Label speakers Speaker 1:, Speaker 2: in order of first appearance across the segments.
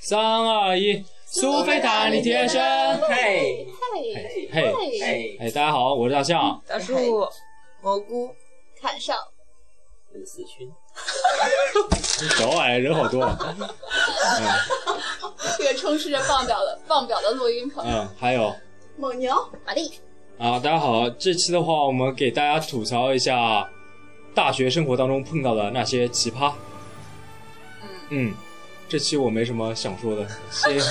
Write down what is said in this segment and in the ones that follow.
Speaker 1: 三二一，苏菲塔你贴身。
Speaker 2: 嘿，
Speaker 3: 嘿，
Speaker 1: 嘿，
Speaker 2: 嘿，
Speaker 1: 哎，大家好，我是大象。
Speaker 4: 大树、蘑菇、
Speaker 3: 看上
Speaker 2: 李思勋，
Speaker 1: 小矮人好多。
Speaker 3: 这个充斥着棒表的棒表的录音棚，
Speaker 1: 嗯，还有
Speaker 3: 蒙牛、玛丽，
Speaker 1: 啊，大家好，这期的话，我们给大家吐槽一下大学生活当中碰到的那些奇葩。嗯，这期我没什么想说的，先。
Speaker 3: 别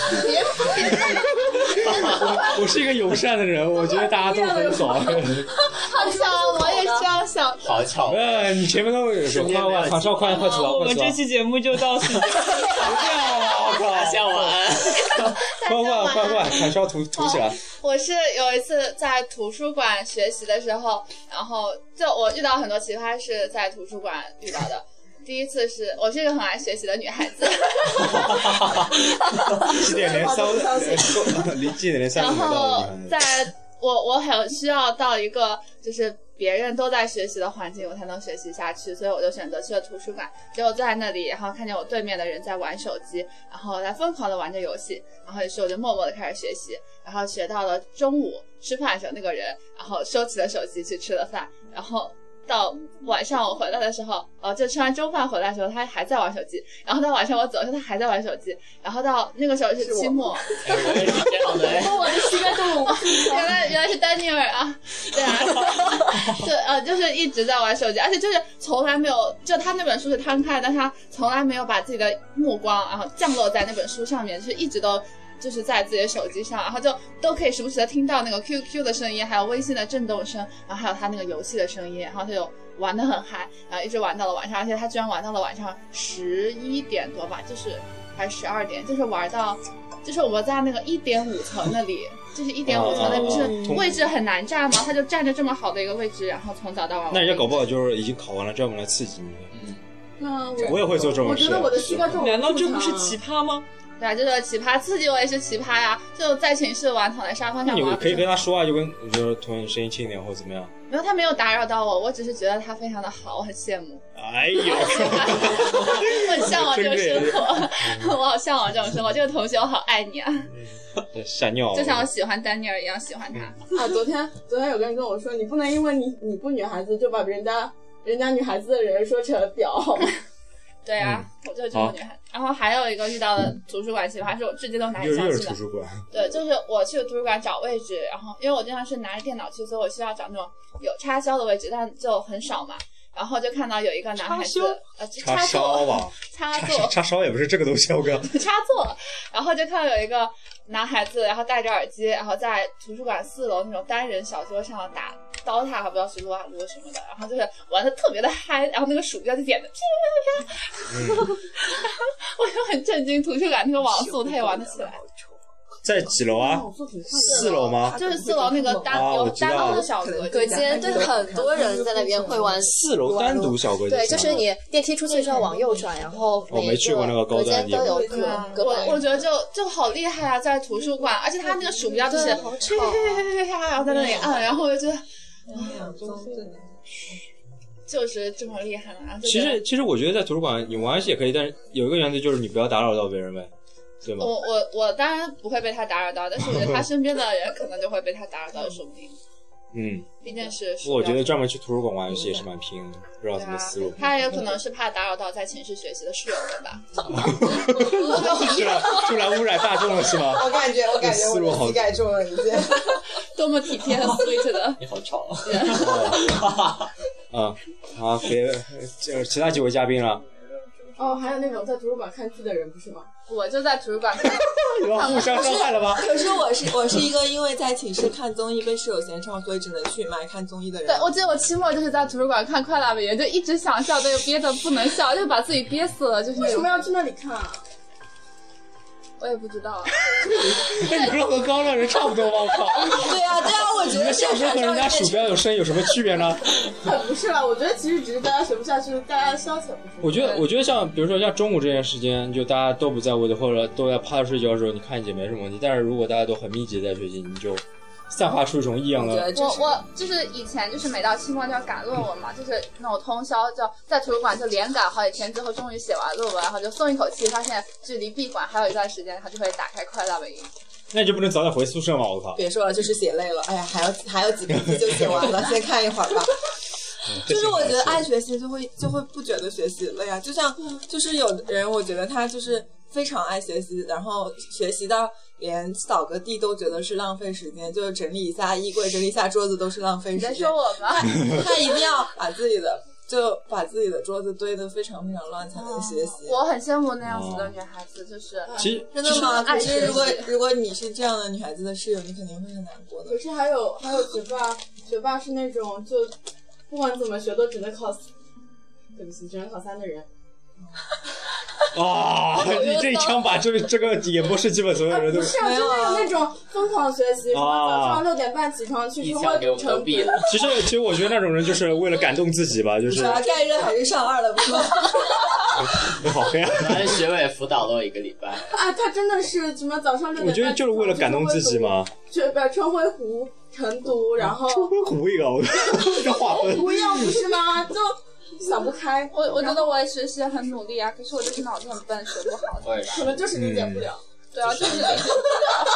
Speaker 1: 我是一个友善的人，我觉得大家都很好。
Speaker 3: 看上，我也这样想的。
Speaker 2: 好巧，啊
Speaker 1: 呃，你前面都有说，快快，唐少，快快吐槽，
Speaker 4: 我
Speaker 1: 快
Speaker 4: 们
Speaker 1: 吐
Speaker 4: 这
Speaker 1: 槽。
Speaker 4: 期节目就到此结束。
Speaker 1: 我靠！
Speaker 2: 下晚安。
Speaker 1: 快快快快，砍烧涂涂起来！
Speaker 3: 我是有一次在图书馆学习的时候，然后就我遇到很多奇葩是在图书馆遇到的。第一次是我是一个很爱学习的女孩子，
Speaker 1: 一点零 三，离一点零
Speaker 3: 然
Speaker 1: 三米
Speaker 3: 后
Speaker 1: 到
Speaker 3: 在我我很需要到一个就是别人都在学习的环境，我才能学习下去，所以我就选择去了图书馆。结果在那里，然后看见我对面的人在玩手机，然后在疯狂的玩着游戏，然后于是我就默默的开始学习，然后学到了中午吃饭的时候那个人，然后收起了手机去吃了饭，然后。到晚上我回来的时候，哦，就吃完中饭回来的时候，他还在玩手机。然后到晚上我走的时候，他还在玩手机。然后到那个时候是期末，
Speaker 2: 哎我也是这样的，哎
Speaker 5: 我的膝盖都隆
Speaker 3: 原来原来是丹尼尔啊，对啊，对呃， 就是一直在玩手机，而且就是从来没有，就他那本书是摊开的，但他从来没有把自己的目光然后降落在那本书上面，就是一直都。就是在自己的手机上，然后就都可以时不时的听到那个 QQ 的声音，还有微信的震动声，然后还有他那个游戏的声音，然后他就玩的很嗨，然后一直玩到了晚上，而且他居然玩到了晚上十一点多吧，就是还是十二点，就是玩到，就是我在那个一点五层那里，就是一点五层那不是位置很难站吗？他就站着这么好的一个位置，然后从早到晚玩。
Speaker 1: 那人家搞不好就是已经考完了，专门来刺激你。
Speaker 5: 那我
Speaker 1: 我也会做这种
Speaker 5: 我觉
Speaker 1: 事
Speaker 5: 得。我的膝盖都
Speaker 4: 难道这不是奇葩吗？
Speaker 3: 对啊，就是奇葩，刺激我也是奇葩呀、就在寝室玩，躺在沙发
Speaker 1: 那
Speaker 3: 上
Speaker 1: 你
Speaker 3: 玩。
Speaker 1: 可以跟他说啊，就跟就是同学声音轻一点或者怎么样。
Speaker 3: 没有，他没有打扰到我，我只是觉得他非常的好，我很羡慕，
Speaker 1: 哎呦，
Speaker 3: 我很向往这种生活，我好向往这种生活。这个同学，我好爱你啊，
Speaker 1: 吓尿了！
Speaker 3: 就像我喜欢丹尼尔一样喜欢他。
Speaker 5: 啊！昨天昨天有个人跟我说，你不能因为你你不女孩子就把人家人家女孩子的人说成婊。
Speaker 3: 对啊，
Speaker 1: 嗯
Speaker 3: 我就是这种女孩。然后还有一个遇到的图书馆奇葩，是我至今都难
Speaker 1: 又
Speaker 3: 以
Speaker 1: 又
Speaker 3: 相
Speaker 1: 是
Speaker 3: 信的
Speaker 1: 图。书馆，
Speaker 3: 对，就是我去图书馆找位置，然后因为我经常是拿着电脑去，所以我需要找那种有插销的位置，但就很少嘛。然后就看到有一个男孩子
Speaker 4: 插销，
Speaker 3: 呃，
Speaker 1: 叉
Speaker 3: 插
Speaker 1: 烧
Speaker 3: 座，
Speaker 1: 吧，
Speaker 3: 插
Speaker 1: 叉烧
Speaker 3: 座，
Speaker 1: 叉烧也不是这个东西，我哥。
Speaker 3: 插座。然后就看到有一个男孩子，然后戴着耳机，然后在图书馆四楼那种单人小桌上打 DOTA，还不知道是撸啊撸什么的，然后就是玩的特别的嗨，然后那个鼠标就点的 我就很震惊，图书馆那个网 速他也玩得起来，
Speaker 1: 在几楼啊？
Speaker 5: 我做挺快的
Speaker 1: 四楼吗？
Speaker 3: 就是四楼那个单
Speaker 1: 啊我
Speaker 3: 有
Speaker 1: 知道
Speaker 3: 单独的小隔
Speaker 6: 隔
Speaker 3: 间，
Speaker 6: 间，对，很多人在那边会玩。
Speaker 1: 四楼单独小隔间。
Speaker 6: 对，就是你电梯出去之后往右转，然后
Speaker 1: 我哦没去过那个高
Speaker 6: 隔
Speaker 1: 端
Speaker 6: 间都有
Speaker 3: 对啊
Speaker 6: 隔隔
Speaker 3: 我
Speaker 6: 板。
Speaker 3: 我觉得就就好厉害啊，在图书馆，而且他那个鼠标就是
Speaker 6: 对好吵啊
Speaker 3: 然后在那里按，然后我就觉得就是这么厉害了。然后就
Speaker 1: 其
Speaker 3: 觉得
Speaker 1: 实其实我觉得在图书馆你玩游戏也可以，但是有一个原则就是你不要打扰到别人呗，对吗？
Speaker 3: 我我我当然不会被他打扰到，但是我觉得他身边的人可能就会被他打扰到，说不定，
Speaker 1: 嗯，
Speaker 3: 毕竟是鼠标
Speaker 1: 我觉得专门去图书馆玩游戏也是蛮拼的，不知道
Speaker 3: 对
Speaker 1: 什么
Speaker 3: 啊
Speaker 1: 思路。，
Speaker 3: 他也有可能是怕打扰到在寝室学习的室友们吧。
Speaker 1: 出来出来污染大众了是吗？
Speaker 7: 我感觉，我感觉
Speaker 1: 思路
Speaker 7: 我
Speaker 1: 好
Speaker 7: 的膝盖中了一箭。
Speaker 3: 多么体贴和 sweet 的
Speaker 2: 你好吵，
Speaker 3: 人。
Speaker 1: 啊啊，别就是其他几位嘉宾了，
Speaker 5: 哦，还有那种在图书馆看剧的人不是吗？
Speaker 3: 我就在图书馆看，
Speaker 1: 你们互相伤害了 吧？
Speaker 8: 可是我是我是一个因为在寝室看综艺被室友嫌弃，所以只能去买看综艺的人。
Speaker 3: 对我记得我期末就是在图书馆看《快乐美人》，就一直想笑，但又憋得不能笑，就把自己憋死了，就是
Speaker 5: 为
Speaker 3: 那
Speaker 5: 什
Speaker 3: 种
Speaker 5: 么。要去那里看啊？
Speaker 3: 我也不知道，啊
Speaker 1: 那你不是和高乐人差不多吗？我靠，
Speaker 8: 对呀、对呀、我觉
Speaker 1: 你
Speaker 8: 得
Speaker 1: 的笑声和人家鼠标有声有什么区别呢？
Speaker 5: 不是啦，我觉得其实只是大家学不下去，大家消遣不是。
Speaker 1: 我觉得，我觉得像比如说像中午这段时间，就大家都不在屋里，或者都在趴着睡觉的时候，你看也没什么问题。但是如果大家都很密集地在学习，你就散发出一种异样
Speaker 8: 我觉
Speaker 1: 的
Speaker 8: 得这
Speaker 3: 我
Speaker 8: 是
Speaker 3: 我就是以前就是每到期末就要赶论文嘛，就是那种通宵就在图书馆就连赶好几天，最后终于写完论文，然后就松一口气，发现距离闭馆还有一段时间，然后就会打开快乐美音。
Speaker 1: 那你就不能早点回宿舍吗？我靠，
Speaker 8: 别说了，就是写累了，哎呀，还有还有几篇就写完了，先看一会儿吧。就是我觉得爱学习就会就会不觉得学习累啊，就像
Speaker 5: 嗯
Speaker 8: 就是有的人我觉得他就是非常爱学习，然后学习到连扫个地都觉得是浪费时间，就是整理一下衣柜、整理一下桌子都是浪费
Speaker 3: 你
Speaker 8: 时
Speaker 3: 在
Speaker 8: 间
Speaker 3: 说。我 吗？
Speaker 8: 他一定要把自己的就把自己的桌子堆得非常非常乱才能学习。
Speaker 3: 我很羡慕那样子
Speaker 5: 哦
Speaker 3: 的女孩子，就是
Speaker 1: 其实
Speaker 8: 真
Speaker 1: 其
Speaker 8: 的
Speaker 1: 实
Speaker 8: 吗？可
Speaker 3: 爱学
Speaker 8: 是
Speaker 3: 习
Speaker 8: 如果如果你是这样的女孩子的室友，你肯定会很难过的
Speaker 5: 可。是还有还有学霸，学霸是那种就不管怎么学都只能考四，对不起，只能考三的人。
Speaker 1: 啊，你这一枪把这这个演播室基本所有
Speaker 5: 啊，
Speaker 1: 人都
Speaker 5: 不是啊，
Speaker 8: 没
Speaker 5: 真
Speaker 8: 有
Speaker 5: 的
Speaker 8: 啊
Speaker 5: 有那种疯狂学习，什么早
Speaker 1: 啊
Speaker 5: 上六点半起床去
Speaker 2: 哦一
Speaker 5: 去
Speaker 2: 枪
Speaker 5: 外
Speaker 2: 给我
Speaker 5: 赌
Speaker 2: 们都
Speaker 5: 城，
Speaker 2: 毙了。
Speaker 1: 其实，其实我觉得那种人就是为了感动自己吧，就是
Speaker 8: 主要盖热还是上二的不错。
Speaker 1: 好黑暗。
Speaker 2: 完学委辅导都一个礼拜，
Speaker 5: 啊，他真的是什么早上六点半，
Speaker 1: 我觉得就是为了感动自己嘛。
Speaker 5: 去不是春晖湖、成都，然后
Speaker 1: 春昏苦一 个，我这划分。
Speaker 5: 不要不是吗？就想不开，
Speaker 3: 我我觉得我也学习很努力啊，可是我就是脑子很笨，学不好。
Speaker 2: 我也是
Speaker 5: 可能就是理解不了。
Speaker 3: 对啊， 就是
Speaker 1: 嗯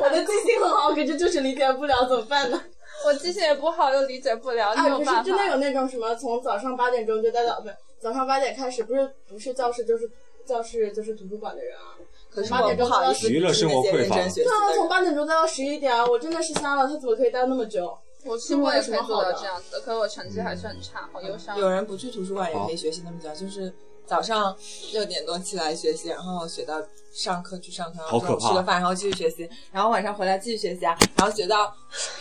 Speaker 5: 我的记性很好，可是就是理解不了，怎么办呢？
Speaker 3: 我记性也不好，又理解不了，
Speaker 5: 啊，
Speaker 3: 没有
Speaker 5: 可
Speaker 3: 办
Speaker 5: 是
Speaker 3: 法。
Speaker 5: 真的有那种什么，从早上八点钟就待到不是早上八点开始，不是不是教室就是教室就是图书馆的人啊。
Speaker 8: 可是我不好意思，
Speaker 1: 娱乐生活匮乏
Speaker 8: 认真学习
Speaker 5: 对啊，
Speaker 8: 的
Speaker 5: 从
Speaker 8: 人。
Speaker 5: 八点钟待到十一点啊，我真的是瞎了，他怎么可以待那么久？
Speaker 3: 我期末也可以做到这样子，可是我成绩还是很差，好忧伤。
Speaker 8: 有人不去图书馆也可以学习那么久，就是早上六点多起来学习，然后学到上课去上课，然
Speaker 1: 好
Speaker 8: 后
Speaker 1: 可怕
Speaker 8: 中午吃个饭，然后继续学习，然后晚上回来继续学习啊，然后学到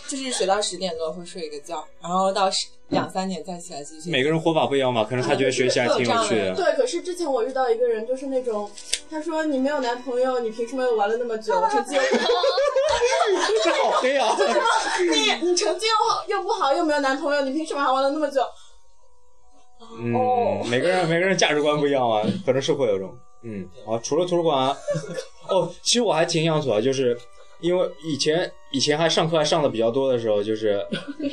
Speaker 8: 就是学到十点多会睡一个觉，然后到十两三点再起来继续学习。
Speaker 1: 每个人活法不一样嘛，可能他觉得学习还挺有趣的。
Speaker 5: 对，可是之前我遇到一个人，就是那种，他说你没有男朋友，你凭什么玩了那么久，成绩又不好，
Speaker 1: 这好黑 啊！
Speaker 5: 你你成绩又好又不好，又没有男朋友，你凭什么还玩了那么久？
Speaker 1: 嗯，每个人每个人价值观不一样啊，可能是会有这种。嗯，啊，除了图书馆、啊，哦，其实我还挺想吐槽，就是因为以前以前还上课还上的比较多的时候，就是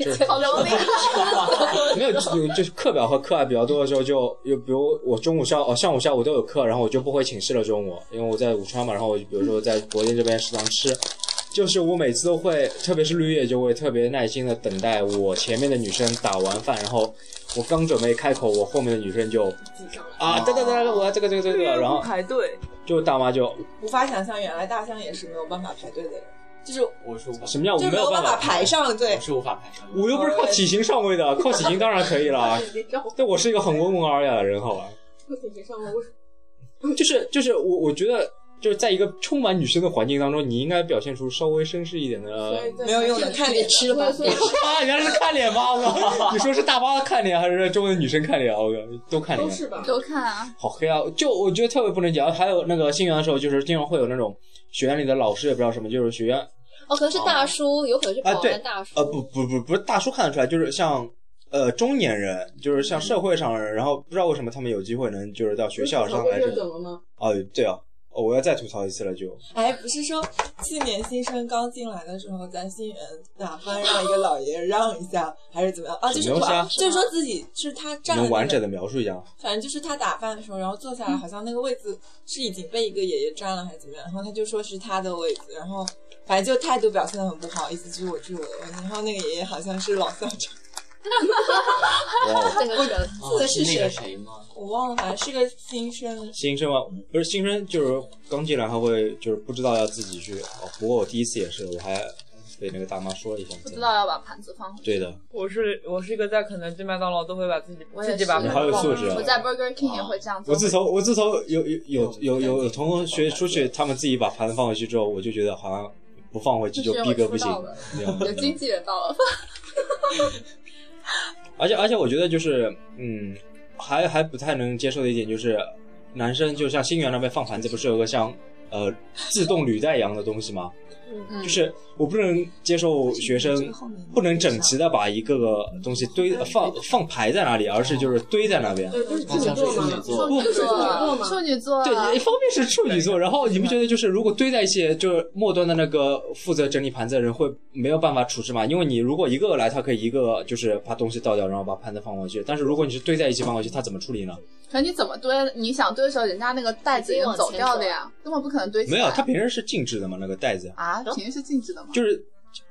Speaker 1: 就是
Speaker 6: 好流利，
Speaker 1: 没有就就是课表和课外比较多的时候就，就比如我中午上哦上午下午都有课，然后我就不回寝室了。中午因为我在武川嘛，然后我就比如说在国电这边食堂吃，就是我每次都会，特别是绿叶就会特别耐心的等待我前面的女生打完饭，然后我刚准备开口，我后面的女生就啊
Speaker 8: 哦
Speaker 1: 哒哒哒哒，我要这个这个这个，然后
Speaker 4: 排队，
Speaker 1: 就大妈就
Speaker 8: 无法想象，原来大象也是没有办法排队的人，就是
Speaker 2: 我是无法，
Speaker 1: 什么叫
Speaker 8: 就
Speaker 1: 我没
Speaker 8: 是没有
Speaker 1: 有
Speaker 8: 办
Speaker 1: 办
Speaker 8: 法
Speaker 1: 法，
Speaker 8: 排上，对
Speaker 2: 啊我，是无法排上的。
Speaker 1: 我又不是靠体型上位的，靠体型当然可以了，啊
Speaker 5: 你让我
Speaker 1: 但我是一个很温文尔雅的人，好吧。
Speaker 5: 不停地上我为什么
Speaker 1: 就是就是我我觉得就是在一个充满女生的环境当中，你应该表现出稍微绅士一点的。
Speaker 5: 所以在
Speaker 8: 没有用的，看脸吃了吧。
Speaker 5: 所以所以
Speaker 1: 啊，原来是看脸吧？我 靠，你说是大妈看脸还是周围的女生看脸啊？我靠，都看脸
Speaker 5: 都，是吧？
Speaker 3: 都看啊，
Speaker 1: 好黑啊！就我觉得特别不能解。还有那个新源的时候，就是经常会有那种学院里的老师也不知道什么，就是学院
Speaker 6: 哦，可能是大叔，有可能是保安大叔。
Speaker 1: 呃不不不不是大叔看得出来，就是像。呃，中年人就是像社会上的人，然后不知道为什么他们有机会能就是到学校上来这
Speaker 5: 热梗了吗？
Speaker 1: 哦，对哦，哦，我要再吐槽一次了，就
Speaker 8: 哎，不是说去年新生刚进来的时候，咱新源打算让一个老爷让一下，还是怎么样啊？就是
Speaker 1: 什么东西啊
Speaker 8: 我就是说自己就是他站的、那
Speaker 1: 能
Speaker 8: 个，
Speaker 1: 完整的描述一下吗？
Speaker 8: 反正就是他打饭的时候，然后坐下来，好像那个位子是已经被一个爷爷占了还是怎么样，然后他就说是他的位子，然后反正就态度表现的很不好，意思就是我是我的位置，然后那个爷爷好像是老校长，
Speaker 1: 哇哦，
Speaker 6: 这个人
Speaker 2: 哦
Speaker 8: 这
Speaker 2: 是那
Speaker 8: 是谁
Speaker 2: 个谁吗？
Speaker 8: 我忘了，反正是个新生，
Speaker 1: 新生嘛，不是新生，就是刚进来还会就是不知道要自己去。哦，不过我第一次也是，我还被那个大妈说了一下。
Speaker 3: 不知道要把盘子放回去。
Speaker 1: 对的，
Speaker 4: 我是我是一个在肯德基、麦当劳都会把自己
Speaker 3: 我也是
Speaker 4: 自己把
Speaker 1: 你
Speaker 4: 盘
Speaker 1: 好有
Speaker 4: 放
Speaker 1: 素质啊
Speaker 3: 我！在 Burger King 也会这样做。
Speaker 1: 我自从我自从有有有有有有同学出去，他们自己把盘子放回去之后，我就觉得好像不放回去就逼格不行那样。
Speaker 3: 有经纪人到了，
Speaker 1: 而且而且我觉得就是嗯，还还不太能接受的一点就是，男生就像新源那边放盘子不是有个像呃自动履带一样的东西吗？
Speaker 6: 嗯
Speaker 1: 就是我不能接受学
Speaker 8: 这
Speaker 1: 生
Speaker 8: 个后面
Speaker 1: 不能整齐的把一个个东西堆呃放放排在那里，而是就是堆在那边。
Speaker 5: 对，就是处女座
Speaker 2: 处女座
Speaker 5: 嘛，处女座嘛，
Speaker 3: 处女座，啊
Speaker 1: 对，一方面是处女座，然后你不觉得就是如果堆在一起，就是末端的那个负责整理盘子的人会没有办法处置嘛？因为你如果一个个来，他可以一个个就是把东西倒掉，然后把盘子放回去。但是如果你是堆在一起放回去，他怎么处理呢？
Speaker 3: 可你怎么堆？你想堆的时候，人家那个袋子已经走掉的呀，根本不可能堆起来。
Speaker 1: 没有，他平时是静止的嘛，那个袋子
Speaker 3: 啊，平时是静止的吗？
Speaker 1: 就是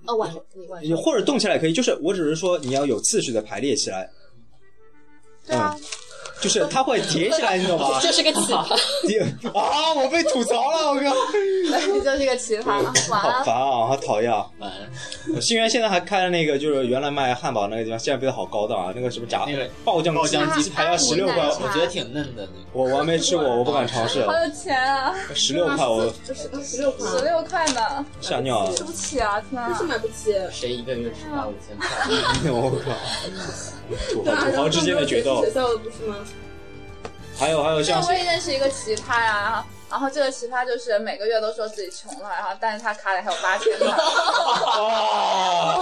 Speaker 6: 哦，晚上你晚上
Speaker 1: 或者动起来可以，就是我只是说你要有次序的排列起来。嗯
Speaker 3: 对啊，
Speaker 1: 就是它会叠起来，你懂 吗？
Speaker 6: 这是个奇葩，
Speaker 1: 叠啊！我被吐槽了，我靠，
Speaker 3: 你就是个奇葩。晚
Speaker 1: 好
Speaker 3: 安。
Speaker 1: 烦啊，好讨厌啊！
Speaker 2: 完
Speaker 1: 我 新源现在还开了那个，就是原来卖汉堡那个地方，现在变得好高档啊！那个什么炸
Speaker 2: 那个
Speaker 1: 爆酱
Speaker 2: 爆酱
Speaker 1: 鸡排要十六块，
Speaker 2: 我觉得挺嫩的那
Speaker 1: 我我还没吃过，我不敢尝试。
Speaker 7: 好有钱啊，
Speaker 1: 十六块我
Speaker 5: 就是十六块，
Speaker 7: 十六块呢，
Speaker 1: 吓尿了，
Speaker 7: 吃 不起啊！天
Speaker 5: 就是
Speaker 7: 啊，
Speaker 5: 买不起。
Speaker 2: 个，谁一个月吃饭五千块？
Speaker 1: 哎我靠！土
Speaker 5: 对
Speaker 1: 豪
Speaker 5: 啊，
Speaker 1: 土
Speaker 5: 然
Speaker 1: 豪
Speaker 5: 后
Speaker 1: 之间的决斗
Speaker 5: 学，校的不是吗？
Speaker 1: 还有还有
Speaker 7: 对
Speaker 1: 像，
Speaker 7: 我也认识一个奇葩啊，然后这个奇葩就是每个月都说自己穷了，然后但是他卡里还有八千块，
Speaker 1: 啊，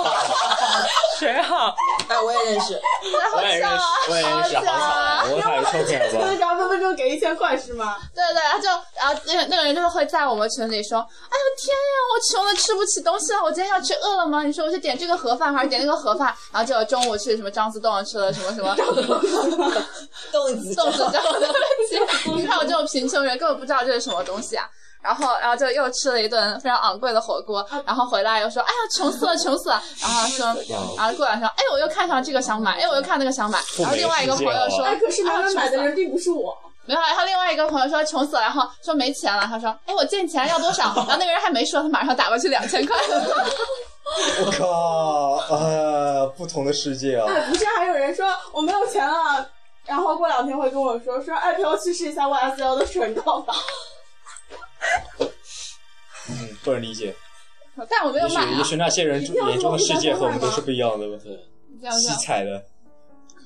Speaker 4: 谁啊？
Speaker 8: 哎，我也认识，
Speaker 3: 啊
Speaker 2: 我也认识，我也认识，好巧啊！
Speaker 1: 我踩臭屁好吧？
Speaker 5: 只要分分钟给一千块是吗？
Speaker 3: 对对，他就然后那个那个人就是会在我们群里说，哎呦天呀，我穷的吃不起东西了，我今天要吃饿了么，你说我是点这个盒饭还是点那个盒饭？然后就中午去什么张自洞吃了什么什 么
Speaker 8: 动子
Speaker 3: 粽子这样的东西，你看我这种贫穷人根本不知道这是什么东西啊。然后，然后就又吃了一顿非常昂贵的火锅，然后回来又说：“哎呀，穷死了，穷死了。”然后 说，然后过两天，哎，我又看上这个想买，哎，我又看那个想买。然后另外一个朋友说：“
Speaker 5: 哎，可是
Speaker 3: 哎
Speaker 5: 买
Speaker 3: 呀
Speaker 5: 买买的人并不是我，
Speaker 3: 没有，然后另外一个朋友说穷死了，然后说没钱了，他说，哎，我借你钱要多 少？然后那个人还没说，他马上打过去两千块。
Speaker 1: 我靠，呃，不同的世界啊！
Speaker 5: 哎， 不是还有人说我没有钱了，然后过两天会跟我说说，哎，陪我去试一下 YSL 的唇膏吧。
Speaker 1: 嗯，不能理解。
Speaker 3: 但我没有
Speaker 1: 也
Speaker 3: 买
Speaker 1: 许也
Speaker 3: 啊，
Speaker 1: 许那些人眼中的世界和我们都是不一样的吧？
Speaker 3: 这样
Speaker 1: 七
Speaker 3: 这样。
Speaker 1: 彩的，啊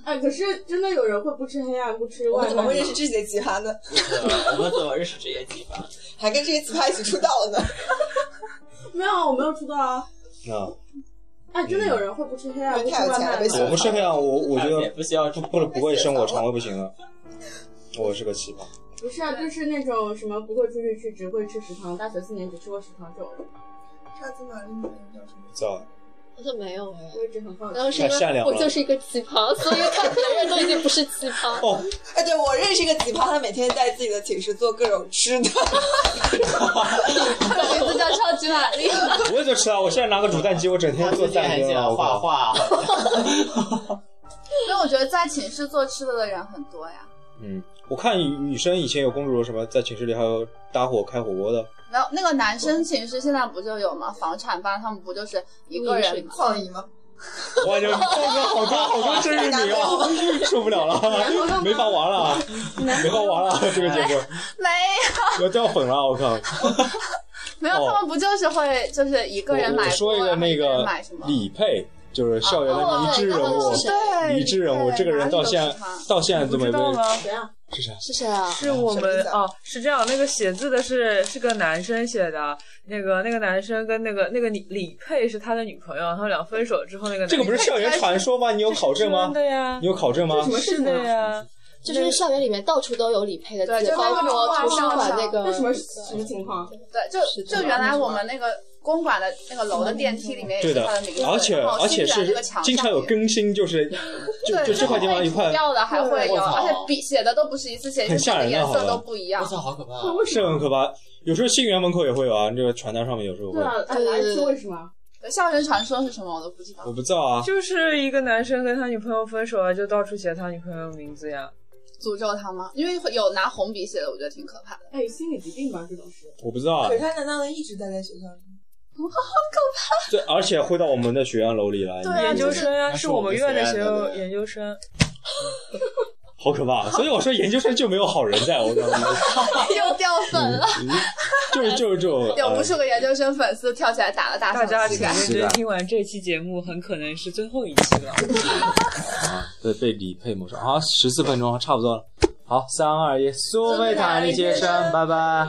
Speaker 5: 哎，可是真的有人会不吃黑暗不吃
Speaker 8: 我
Speaker 5: 外
Speaker 8: 们
Speaker 5: 卖
Speaker 8: 怎
Speaker 5: 吗
Speaker 8: 么会认识？这些奇葩呢？
Speaker 2: 我们怎么认识这些地方？
Speaker 8: 啊 还跟这些奇葩一起出道了呢？
Speaker 5: 没有，我没有出道啊。
Speaker 1: 啊，
Speaker 5: 哎，真的有人会不吃黑暗不吃
Speaker 8: 太有
Speaker 5: 外
Speaker 8: 钱了
Speaker 5: 卖
Speaker 8: 被
Speaker 5: 吗
Speaker 8: 抢？
Speaker 1: 我不是黑暗，我我觉
Speaker 2: 也
Speaker 1: 得
Speaker 2: 不需要
Speaker 1: 不不不卫生，我肠胃不行了。我是个奇葩，
Speaker 5: 不是啊，就是那种什么不会出去吃，只会吃食堂。大学四年只吃过食堂这种，
Speaker 8: 上次玛丽没有叫什么？
Speaker 1: 造
Speaker 6: 好像没有哎。
Speaker 5: 我一直很好奇
Speaker 6: 然。后是因
Speaker 1: 太善
Speaker 6: 为
Speaker 1: 良了
Speaker 6: 我就是一个奇葩，所以他的人都已经不是奇葩。
Speaker 1: 哦，
Speaker 8: 哎，对，我认识一个奇葩，他每天在自己的寝室做各种吃的。
Speaker 3: 名字叫超级玛丽，
Speaker 1: 我也就吃了。我现在拿个煮蛋机，我整天做蛋
Speaker 2: 喜
Speaker 1: 羹 啊，
Speaker 2: 欢
Speaker 1: 我
Speaker 2: 画
Speaker 1: 靠。
Speaker 2: 画，
Speaker 3: 所以我觉得在寝室做吃的的人很多呀。
Speaker 1: 嗯，我看女生以前有公主什么，在寝室里还有搭火开火锅的，
Speaker 3: 然后那个男生寝室现在不就有吗？房产班他们不就是一个人
Speaker 1: 哦
Speaker 3: 吗？
Speaker 8: 邝姨吗？
Speaker 1: 哇，你们爆哥好多好多真人 名啊，受不了了，没法玩了，啊没法玩 了，啊这个节目
Speaker 3: 没
Speaker 1: 我都要粉了，啊我靠。
Speaker 3: 没有，他们不就是会就是一个人
Speaker 1: 我
Speaker 3: 买
Speaker 1: 我
Speaker 3: 锅，
Speaker 1: 说一个那
Speaker 3: 然后一人
Speaker 1: 个
Speaker 3: 买什么？
Speaker 1: 李佩，就是校园的迷之人物，
Speaker 6: 哦
Speaker 3: 对，
Speaker 1: 迷之人物，这个人到现在到现在
Speaker 4: 不
Speaker 1: 都没
Speaker 4: 知
Speaker 1: 被
Speaker 4: 道吗？
Speaker 5: 谁啊？
Speaker 1: 是啥？
Speaker 6: 是谁啊？
Speaker 4: 是我
Speaker 8: 什么
Speaker 4: 们
Speaker 8: 意思啊
Speaker 4: 哦，是这样，那个写字的是是个男生写的，那个那个男生跟那个那个李李佩是他的女朋友，他们俩分手之后，那个男
Speaker 1: 这个不是校园传说吗？你有考证吗
Speaker 4: 真？的呀
Speaker 1: 你，有考证吗？
Speaker 4: 是的呀，
Speaker 6: 就是校园里面到处都有李佩的
Speaker 3: 对
Speaker 6: 字，
Speaker 3: 就
Speaker 6: 包
Speaker 3: 那个
Speaker 6: 括
Speaker 3: 画
Speaker 6: 图书
Speaker 3: 上
Speaker 6: 馆
Speaker 3: 上
Speaker 6: 那个
Speaker 5: 那什么什么情啊况？
Speaker 3: 对，就是
Speaker 6: 的
Speaker 3: 就原来我们那个公馆的那个楼的电梯里面也
Speaker 1: 对
Speaker 3: 是
Speaker 1: 的
Speaker 3: 他的名字，，
Speaker 1: 而且
Speaker 3: 然后
Speaker 1: 而且
Speaker 3: 新展那
Speaker 1: 是
Speaker 3: 个墙
Speaker 1: 经常有
Speaker 3: 上面
Speaker 1: 更新，就是就
Speaker 3: 对，
Speaker 1: 就这块地方一块，
Speaker 3: 掉的还会
Speaker 2: 我
Speaker 3: 有，
Speaker 2: 操
Speaker 3: 而且笔写的都不是一次写，
Speaker 1: 很吓人的啊
Speaker 3: 就是颜
Speaker 1: 好
Speaker 3: 色
Speaker 1: 吧
Speaker 3: 都不一
Speaker 2: 我
Speaker 3: 样。
Speaker 2: 操，好可怕！啊
Speaker 1: 是很可怕。有时候信源门口也会有啊，这个传单上面有时候会
Speaker 5: 对，啊，哎，
Speaker 6: 对对对
Speaker 5: 是为什么？
Speaker 3: 校园传说是什么我都不知道
Speaker 1: 我。不知道啊。
Speaker 4: 就是一个男生跟他女朋友分手啊，就到处写他女朋友的名字呀。
Speaker 3: 诅咒他吗？因为会有拿红笔写的，我觉得挺可怕的。
Speaker 5: 哎，有心理疾病吧，这种事。
Speaker 1: 我不知道啊
Speaker 8: 可，是他难道能一直待在学校里？
Speaker 1: 这而且会到我们的学院楼里来，
Speaker 3: 对啊
Speaker 4: 研
Speaker 1: 你
Speaker 4: 究生啊，
Speaker 2: 那是
Speaker 4: 是
Speaker 2: 我
Speaker 4: 我
Speaker 2: 们
Speaker 4: 们院的
Speaker 2: 学
Speaker 4: 学
Speaker 2: 院的对
Speaker 4: 研究生，
Speaker 1: 好可怕。啊所以我说研究生就没有好人在，我告诉你， 嗯
Speaker 3: 又掉粉了，
Speaker 1: 就是就是这 种。
Speaker 3: 有
Speaker 1: 呃
Speaker 3: 无数个研究生粉丝跳起来打了打
Speaker 4: 大家
Speaker 3: 手
Speaker 4: 请
Speaker 3: 机。
Speaker 4: 认真听完这期节目，很可能是最后一期了。
Speaker 1: 对，呃被李佩谋杀。好，十四分钟，差不多了。好，三二一，苏菲塔利接生，拜拜。